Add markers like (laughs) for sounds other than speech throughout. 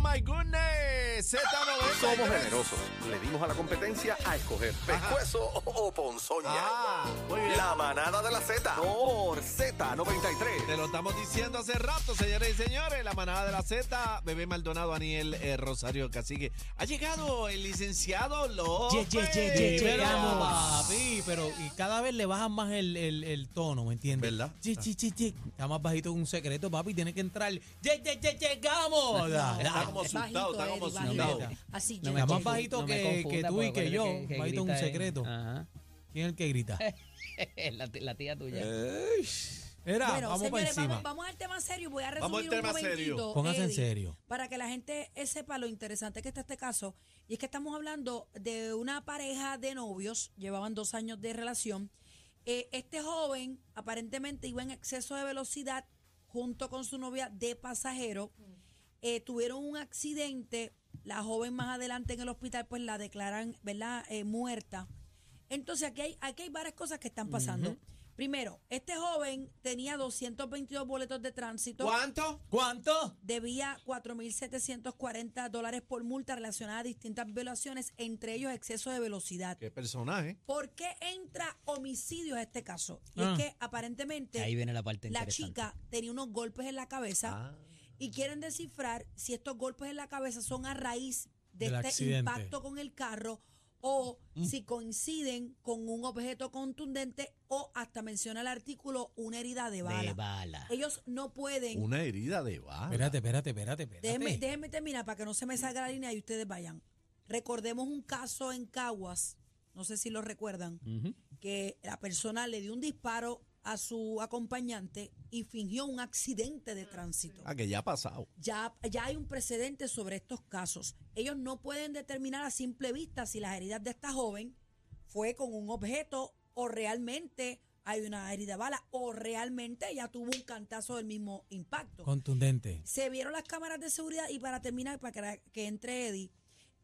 my goodness. Z93. Somos generosos. Le dimos a la competencia a escoger pescuezo o ponzoña. Ah, muy bien. La manada de la Z. Por Z93. Te lo estamos diciendo hace rato, señores y señores. La manada de la Z, bebé Maldonado, Aniel eh, Rosario Cacique. Ha llegado el licenciado Ye, López. ye, ye, ye, Pero, llegamos. papi, Papi, pero y cada vez le bajan más el, el- el tono, ¿me entiendes? ¿Verdad? Ye, ye, ye, ye. Está más bajito que un secreto, papi. Tiene que entrar. Ye, ye, ye, llegamos. Da, da. Está como Es asustado, está bajito, como Eddie, bajito. asustado. Así No yo. me yo- más bajito que- me que tú y porque que yo, acuérdate bajito en un grita es- secreto. Ajá. (laughs) ¿Quién es el que grita? la, t- la tía tuya. Era, Bueno, vamos para señores, encima. vamos, vamos al tema serio. Voy a resumir Vamos al tema un momentito. serio. Póngase en Eddie, serio. Para que la gente eh, sepa lo interesante que está este caso. Y es que estamos hablando de una pareja de novios, llevaban dos años de relación. Eh, este joven aparentemente iba en exceso de velocidad junto con su novia de pasajero. Eh, tuvieron un accidente. La joven más adelante en el hospital, pues la declaran, ¿verdad? Eh, muerta. Entonces, aquí hay, aquí hay varias cosas que están pasando. Primero, este joven tenía 222 boletos de tránsito. ¿Cuánto? ¿Cuánto? Debía 4.740 dólares por multa relacionada a distintas violaciones, entre ellos exceso de velocidad. Qué personaje. ¿Por qué entra homicidio a este caso? Y Ah. es que aparentemente Ahí viene la parte Este, la interesante. chica tenía unos golpes en la cabeza Ah. y quieren descifrar si estos golpes en la cabeza son a raíz de Del este accidente. impacto con el carro o si coinciden con un objeto contundente o hasta menciona el artículo una herida de bala. De bala. Ellos no pueden. Una herida de bala. Espérate, espérate, espérate, espérate. Déjenme, déjenme terminar para que no se me salga la línea y ustedes vayan. Recordemos un caso en Caguas, no sé si lo recuerdan, que la persona le dio un disparo a su acompañante y fingió un accidente de tránsito. Ah, que ya ha pasado. Ya, ya hay un precedente sobre estos casos. Ellos no pueden determinar a simple vista si las heridas de esta joven fue con un objeto o realmente hay una herida de bala o realmente ella tuvo un cantazo del mismo impacto Contundente. se vieron las cámaras de seguridad y para terminar, para que, la- que entre Eddie,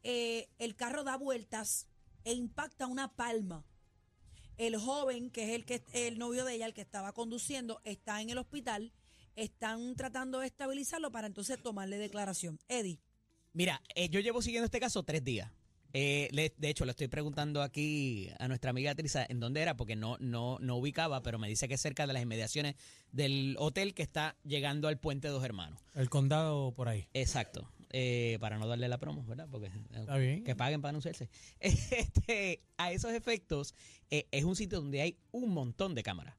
eh, el carro da vueltas e impacta una palma. El joven, que es el, que, el novio de ella, el que estaba conduciendo, está en el hospital. Están tratando de estabilizarlo para entonces tomarle declaración. Eddie, Mira, eh, yo llevo siguiendo este caso tres días. Eh, le- de hecho, le estoy preguntando aquí a nuestra amiga Trisa en dónde era, porque no, no, no ubicaba, pero me dice que es cerca de las inmediaciones del hotel que está llegando al puente Dos Hermanos. El condado por ahí. Exacto. Eh, para no darle la promo, ¿verdad? Porque eh, Está bien. que paguen para anunciarse. (laughs) Este, a esos efectos, eh, es un sitio donde hay un montón de cámaras.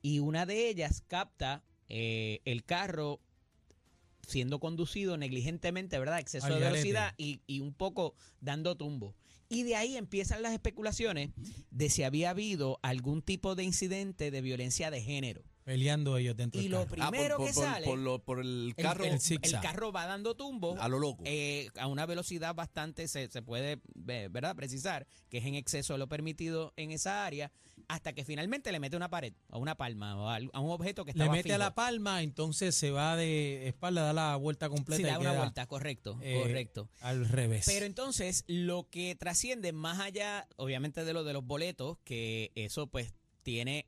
Y una de ellas capta eh, el carro siendo conducido negligentemente, ¿verdad? Exceso Al de garete. velocidad y, y un poco dando tumbo. Y de ahí empiezan las especulaciones de si había habido algún tipo de incidente de violencia de género. Peleando ellos dentro Y del lo carro. Ah, por- primero por, que por- sale... Por, lo- por el El- carro el, el zigzag. el carro va dando tumbos a lo loco. eh, a una velocidad bastante, se, se puede ve- ¿verdad? precisar, que es en exceso de lo permitido en esa área, hasta que finalmente le mete una pared, a una palma, o a, al- a un objeto que Le estaba mete a fijo. la palma, entonces se va de espalda, da la vuelta completa. Sí, y da una queda, vuelta, correcto, eh, correcto. Al revés. Pero entonces, lo que trasciende más allá, obviamente, de lo de los boletos, que eso pues tiene,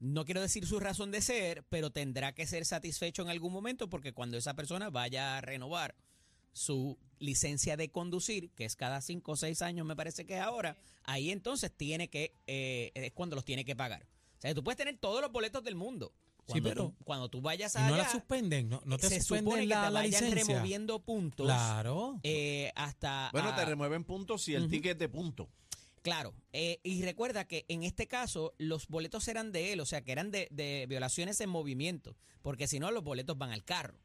no quiero decir su razón de ser, pero tendrá que ser satisfecho en algún momento porque cuando esa persona vaya a renovar su licencia de conducir, que es cada cinco o seis años, me parece que es ahora, ahí entonces tiene que, eh, es cuando los tiene que pagar. O sea, tú puedes tener todos los boletos del mundo. Sí, Cuando, pero- tú, cuando tú vayas y no allá, la suspenden, no, no te se supone suspenden que la, te la vayan licencia. removiendo puntos Claro. eh, hasta... Bueno, ah. a- te remueven puntos si el Ujú. ticket es de punto. Claro, eh, y recuerda que en este caso los boletos eran de él, o sea, que eran de, de violaciones en movimiento, porque si no los boletos van al carro.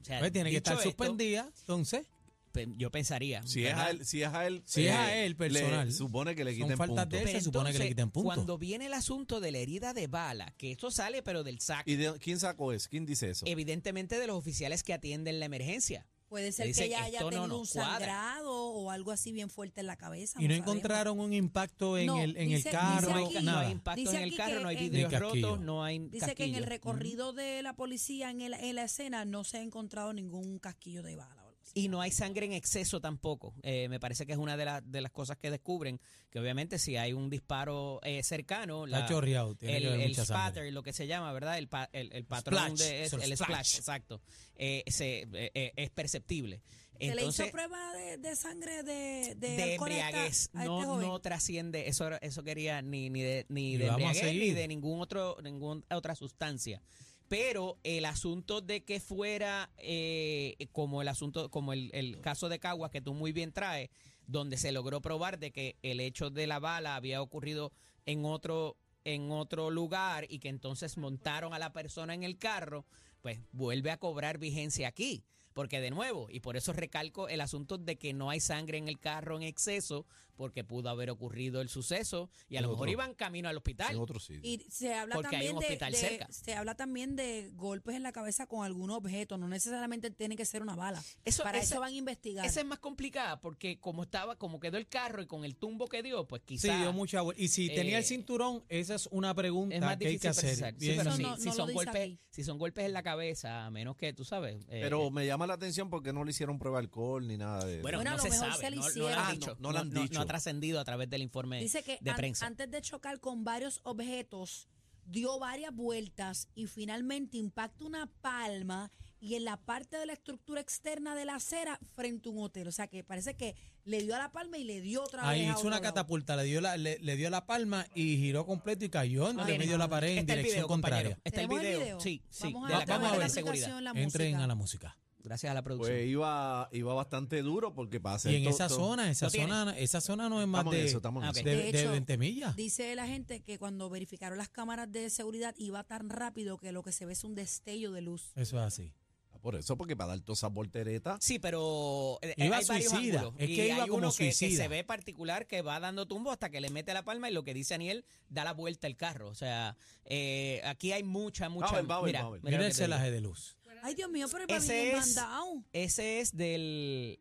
O sea, Pues tiene que dicho estar esto, suspendida, entonces. pe- Yo pensaría. Si es ¿verdad? a él, si es a él, eh, Si es a él, le- personal. supone que le Son quiten faltas puntos. de- se supone que le quitan puntos. Cuando viene el asunto de la herida de bala, que esto sale pero del saco, ¿Y de, quién sacó eso? ¿Quién dice Eh, eso? evidentemente de los oficiales que atienden la emergencia. puede ser Dice, que ella haya esto no tenido nos un cuadra. sangrado o algo así bien fuerte en la cabeza. Y no sabemos. encontraron un impacto en No, el, en dice- el dice carro, aquí- no, hay nada. impactos Dice en el aquí carro, que no hay en- vidrios Ni casquillo. rotos, no hay Dice que en casquillo. el recorrido de la policía en, el- en la escena no se ha encontrado ningún casquillo de bala. Y no hay sangre en exceso tampoco. Eh, me parece que es una de, las de las cosas que descubren, que obviamente si hay un disparo eh, cercano, la- Está chorreado. Tiene el, que haber el mucha sangre. spatter, lo que se llama, ¿verdad? El, pa- el, el patrón Splash, de es- el el splash, splash. exacto, Eh, se- eh, eh, es perceptible. Se le Entonces, hizo prueba de, de sangre de, de, de alcohol a esta- embriaguez. a este no, joven. no trasciende, eso, eso quería ni, ni de, ni Y de vamos a embriaguez ni seguir. de ningún otro, ninguna otra sustancia. Pero el asunto de que fuera eh, como el asunto, como el, el caso de Caguas que tú muy bien traes, donde se logró probar de que el hecho de la bala había ocurrido en otro, en otro lugar y que entonces montaron a la persona en el carro, pues vuelve a cobrar vigencia aquí. Porque de nuevo, y por eso recalco el asunto de que no hay sangre en el carro en exceso, porque pudo haber ocurrido el suceso y a En lo mejor otro- iban camino al hospital. En otro sitio. Y se habla Porque hay también un de, hospital de- cerca. se habla también de golpes en la cabeza con algún objeto, no necesariamente tiene que ser una bala. Eso- Para esa- eso van a investigar. Esa es más complicada porque como estaba, como quedó el carro y con el tumbo que dio, pues Sí, quizás dio mucha vuelta. Y si tenía el eh, cinturón, esa es una pregunta es más que hay que difícil hacer. precisar. Sí, Bien. pero Eso sí, no- si, no lo son dice golpes, aquí. si son golpes en la cabeza, a menos que tú sabes. eh, Pero me llama la atención porque no le hicieron prueba de alcohol ni nada de eso. bueno, Bueno, a no lo se mejor sabe, se le no- no, hicieron. lo han Ah, dicho, no, no lo han dicho. ha trascendido a través del informe Dice que de an- prensa. antes de chocar con varios objetos, dio varias vueltas y finalmente impacta una palma y en la parte de la estructura externa de la acera frente a un hotel. O sea que parece que le dio a la palma y le dio otra Ahí vez. a hizo otro una lado. catapulta, le dio la, le, le dio la palma y giró completo y cayó entre Miren, medio de la pared en está Este el dirección video, contraria. compañero, Está el ¿Tenemos el video. video? Sí, sí, Vamos a de la vamos a ver, cámara de ver. seguridad. aplicación, la Entren música. a la música. Gracias a la producción. Pues iba, iba bastante duro porque pasa Y en esa zona, esa ¿Lo tiene? zona, esa zona no es más Estamos en de, eso, estamos en Ah, eso. ok. de, De de hecho, 20 millas. Dice la gente que cuando verificaron las cámaras de seguridad iba tan rápido que lo que se ve es un destello de luz. Eso es así. Ah, Por eso, porque para dar todas esas volteretas. Sí, pero eh, Iba hay varios suicida, ángulos. es Y que iba hay como uno que- que, suicida. se ve particular que va dando tumbo hasta que le mete la palma y lo que dice Aniel da la vuelta el carro. O sea, eh, aquí hay mucha, mucha. ver, va a ver, mira, va a ver. mira Mira lo que el te digo. celaje de luz. Ay, Dios mío, pero iba Ese bien es- bandado. Ese es del,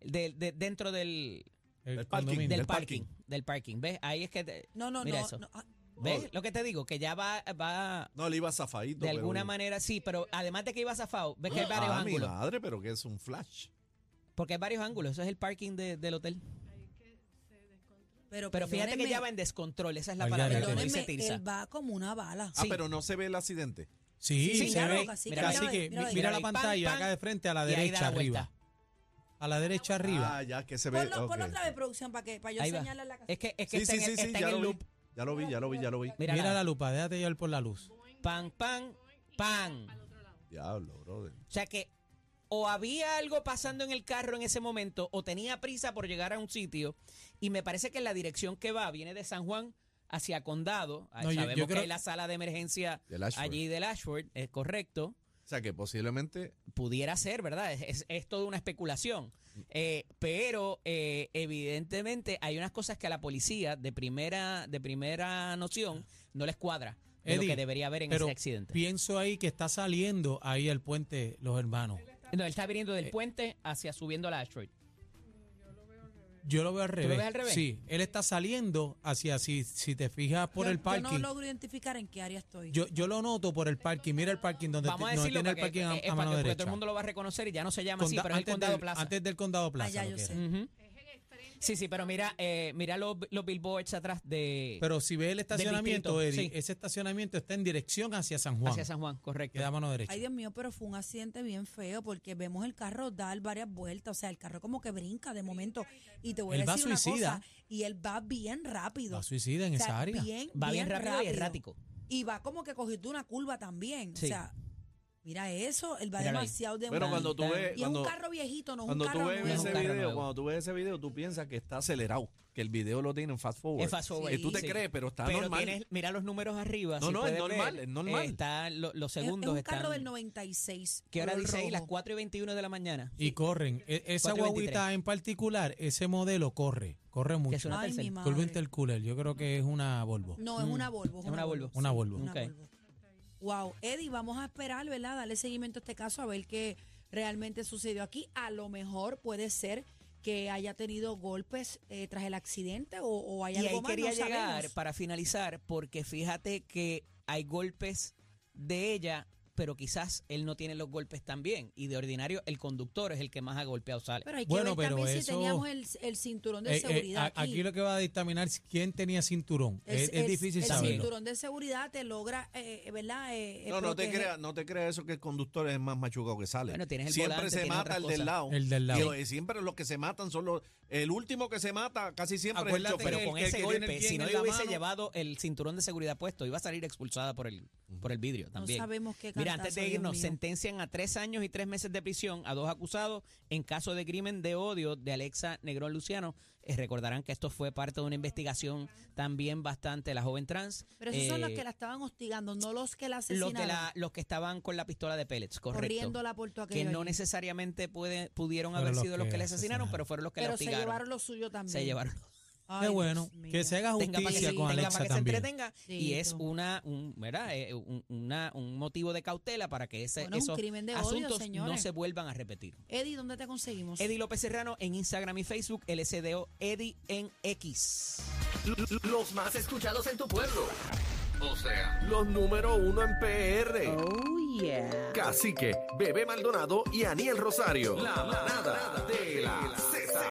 del- de- dentro del, El Del parking, condominio. del Mm, Del parking, parking. Del parking. ¿Ves? Ahí es que. te- No, no, Mira no, eso. no. Ah, Oh. ¿Ves? Lo que te digo, que ya va, va No, le iba zafadito. de pero- alguna manera, sí, pero además de que iba zafado, ves que hay varios Ah, mi ángulos. madre, pero que es un flash. Porque hay varios ángulos. Eso es el parking de- del hotel. pero, Pero fíjate que perdónenme, ya va en descontrol. Esa es la Ay, ya, palabra ya, que ya. me dice perdónenme, Tirsa. él va como una bala. Ah, Sí. pero no se ve el accidente. Sí, Sí, se claro, ve. cacique, Mira, míralo cacique, ahí, míralo ahí. mira la Pan, pantalla pan, acá de frente a la y ahí da derecha la arriba. A la derecha arriba. Ah, ya que se ve. Ponlo, ponlo ok. otra vez, producción, para que para yo Ahí va. señalar la casa. Es que, es que Sí, está sí, en sí, el, sí, está en ya el lo vi. loop. Ya lo vi, ya lo vi, ya lo vi. Mira, Mira la- la lupa, déjate llevar por la luz. Pan, pan, pan. Diablo, brother. O sea que o había algo pasando en el carro en ese momento o tenía prisa por llegar a un sitio y me parece que la dirección que va viene de San Juan hacia Condado. Ah, No, yo- Sabemos yo que creo- hay la sala de emergencia Del Ashford. allí del Ashford, es correcto. O sea que posiblemente pudiera ser, ¿verdad? Es, es, es toda una especulación. Eh, pero eh, evidentemente hay unas cosas que a la policía de primera, de primera noción no les cuadra de lo Eddie, que debería haber en pero ese accidente. Pienso ahí que está saliendo ahí el puente los hermanos. No, él está viniendo Eh, del puente hacia subiendo a la Ashford. Yo lo veo al revés. ves al revés? Sí, él está saliendo hacia si si te fijas por Yo- el Yo no parking. logro identificar en qué área estoy. Yo, yo lo noto por el parking. Mira el parking donde, Vamos a ti- donde decirlo tiene el porque, parking a, eh, eh, a para mano que- porque derecha. todo el mundo lo va a reconocer y ya no se llama así, Conda- pero es el condado del, plaza. antes del condado plaza. Ah, ya lo yo que sé. es. Ujú. Sí, sí, pero mira, eh, mira los, los billboards atrás de Pero si ve el estacionamiento, distrito, Eddie, sí. ese estacionamiento está en dirección hacia San Juan. hacia San Juan, correcto. Queda a mano derecha. Ay, Dios mío, pero fue un accidente bien feo porque vemos el carro dar varias vueltas. O sea, el carro como que brinca de momento. Y te voy a Él va decir una suicida. cosa. Y él va bien rápido. Va suicida en O sea, esa área. Bien, Va bien rápido, y errático. Y va como que cogiendo una curva también. Sí. O sea, mira eso. Él va Míralo ahí. demasiado de Pero cuando tú Tan- ves. Y es un Cuando, carro viejito, no es un cuando carro tú ves nuevo. Es ese un carro video, nuevo. cuando tú ves ese video, tú piensas que está acelerado. Que el video lo tiene en fast forward. Es fast forward, Y Eh, tú te sí. crees, pero está Pero normal. tienes- mira los números arriba. No, si no, es puedes ver, normal, es normal. está- lo- los Es- segundos es un están. carro del 96. ¿Qué hora color dice ahí? Las rojo. 4 y 21 de la mañana. Y corren. E- esa 4.23. guaguita en particular, ese modelo corre. Corre Que es mucho. una Ay, tercera. mi madre. Curva intercooler. Yo creo que es una Volvo. No, es una Volvo. Mm. es una Volvo. Una sí, Volvo. Ok. Wow, Eddie, vamos a esperar, ¿verdad? Darle seguimiento a este caso a ver qué realmente sucedió aquí. A lo mejor puede ser que haya tenido golpes eh, tras el accidente o, o hay Y algo ahí más. quería no llegar sabemos. para finalizar, porque fíjate que hay golpes de ella pero quizás él no tiene los golpes tan bien. Y de ordinario, el conductor es el que más ha golpeado sale. Pero hay que Bueno, ver pero también si eso- teníamos el, el cinturón de Eh, eh, seguridad. a- aquí. lo que va a dictaminar es quién tenía cinturón. El- es, es el- difícil el saberlo. cinturón de seguridad te logra, eh, eh, ¿verdad? Eh, eh, No, no te proteger. creas, no te creas eso que el conductor es más machucado que sale. Bueno, tienes el siempre volante, se tienes mata otras el del cosas. lado. El del lado. Y lo- y siempre los que se matan son los el último que se mata casi siempre Acuérdate es el Pero chofer. que- con el ese tiene el golpe, bien si no en le la hubiese mano- llevado el cinturón de seguridad puesto, iba a salir expulsada por el, por el vidrio No también. sabemos qué Mira, cantazo, antes de Dios irnos, mío. sentencian a tres años y tres meses de prisión a dos acusados en caso de crimen de odio de Alexa Negrón Luciano. Eh, recordarán que esto fue parte de una investigación también bastante de la joven trans. Pero esos son los Eh, que la estaban hostigando, no los que la los asesinaron. de la- los que estaban con la pistola de pellets, correcto. corriéndola por tu que aquello no allí. necesariamente puede, pudieron Fueron haber los sido los que que le asesinaron. asesinaron, pero fueron los que la Pero se hostigaron. llevaron lo suyo también. Se llevaron. Ay, Qué Dios bueno. Que mío. se haga tenga para que, justicia se- con tenga Alexa para que se también. entretenga y es Dito. una un, ¿verdad? Eh, un, una- un motivo de cautela para que ese, Bueno, es un esos crimen de odio, asuntos no señores. se vuelvan a repetir. Eddie, ¿dónde te conseguimos? Eddie López Serrano en Instagram y Facebook, LSDO Eddie en X. Los más escuchados en tu pueblo. O sea, los número uno en PR. Cacique, Bebé Maldonado y Aniel Rosario. La manada de la Z.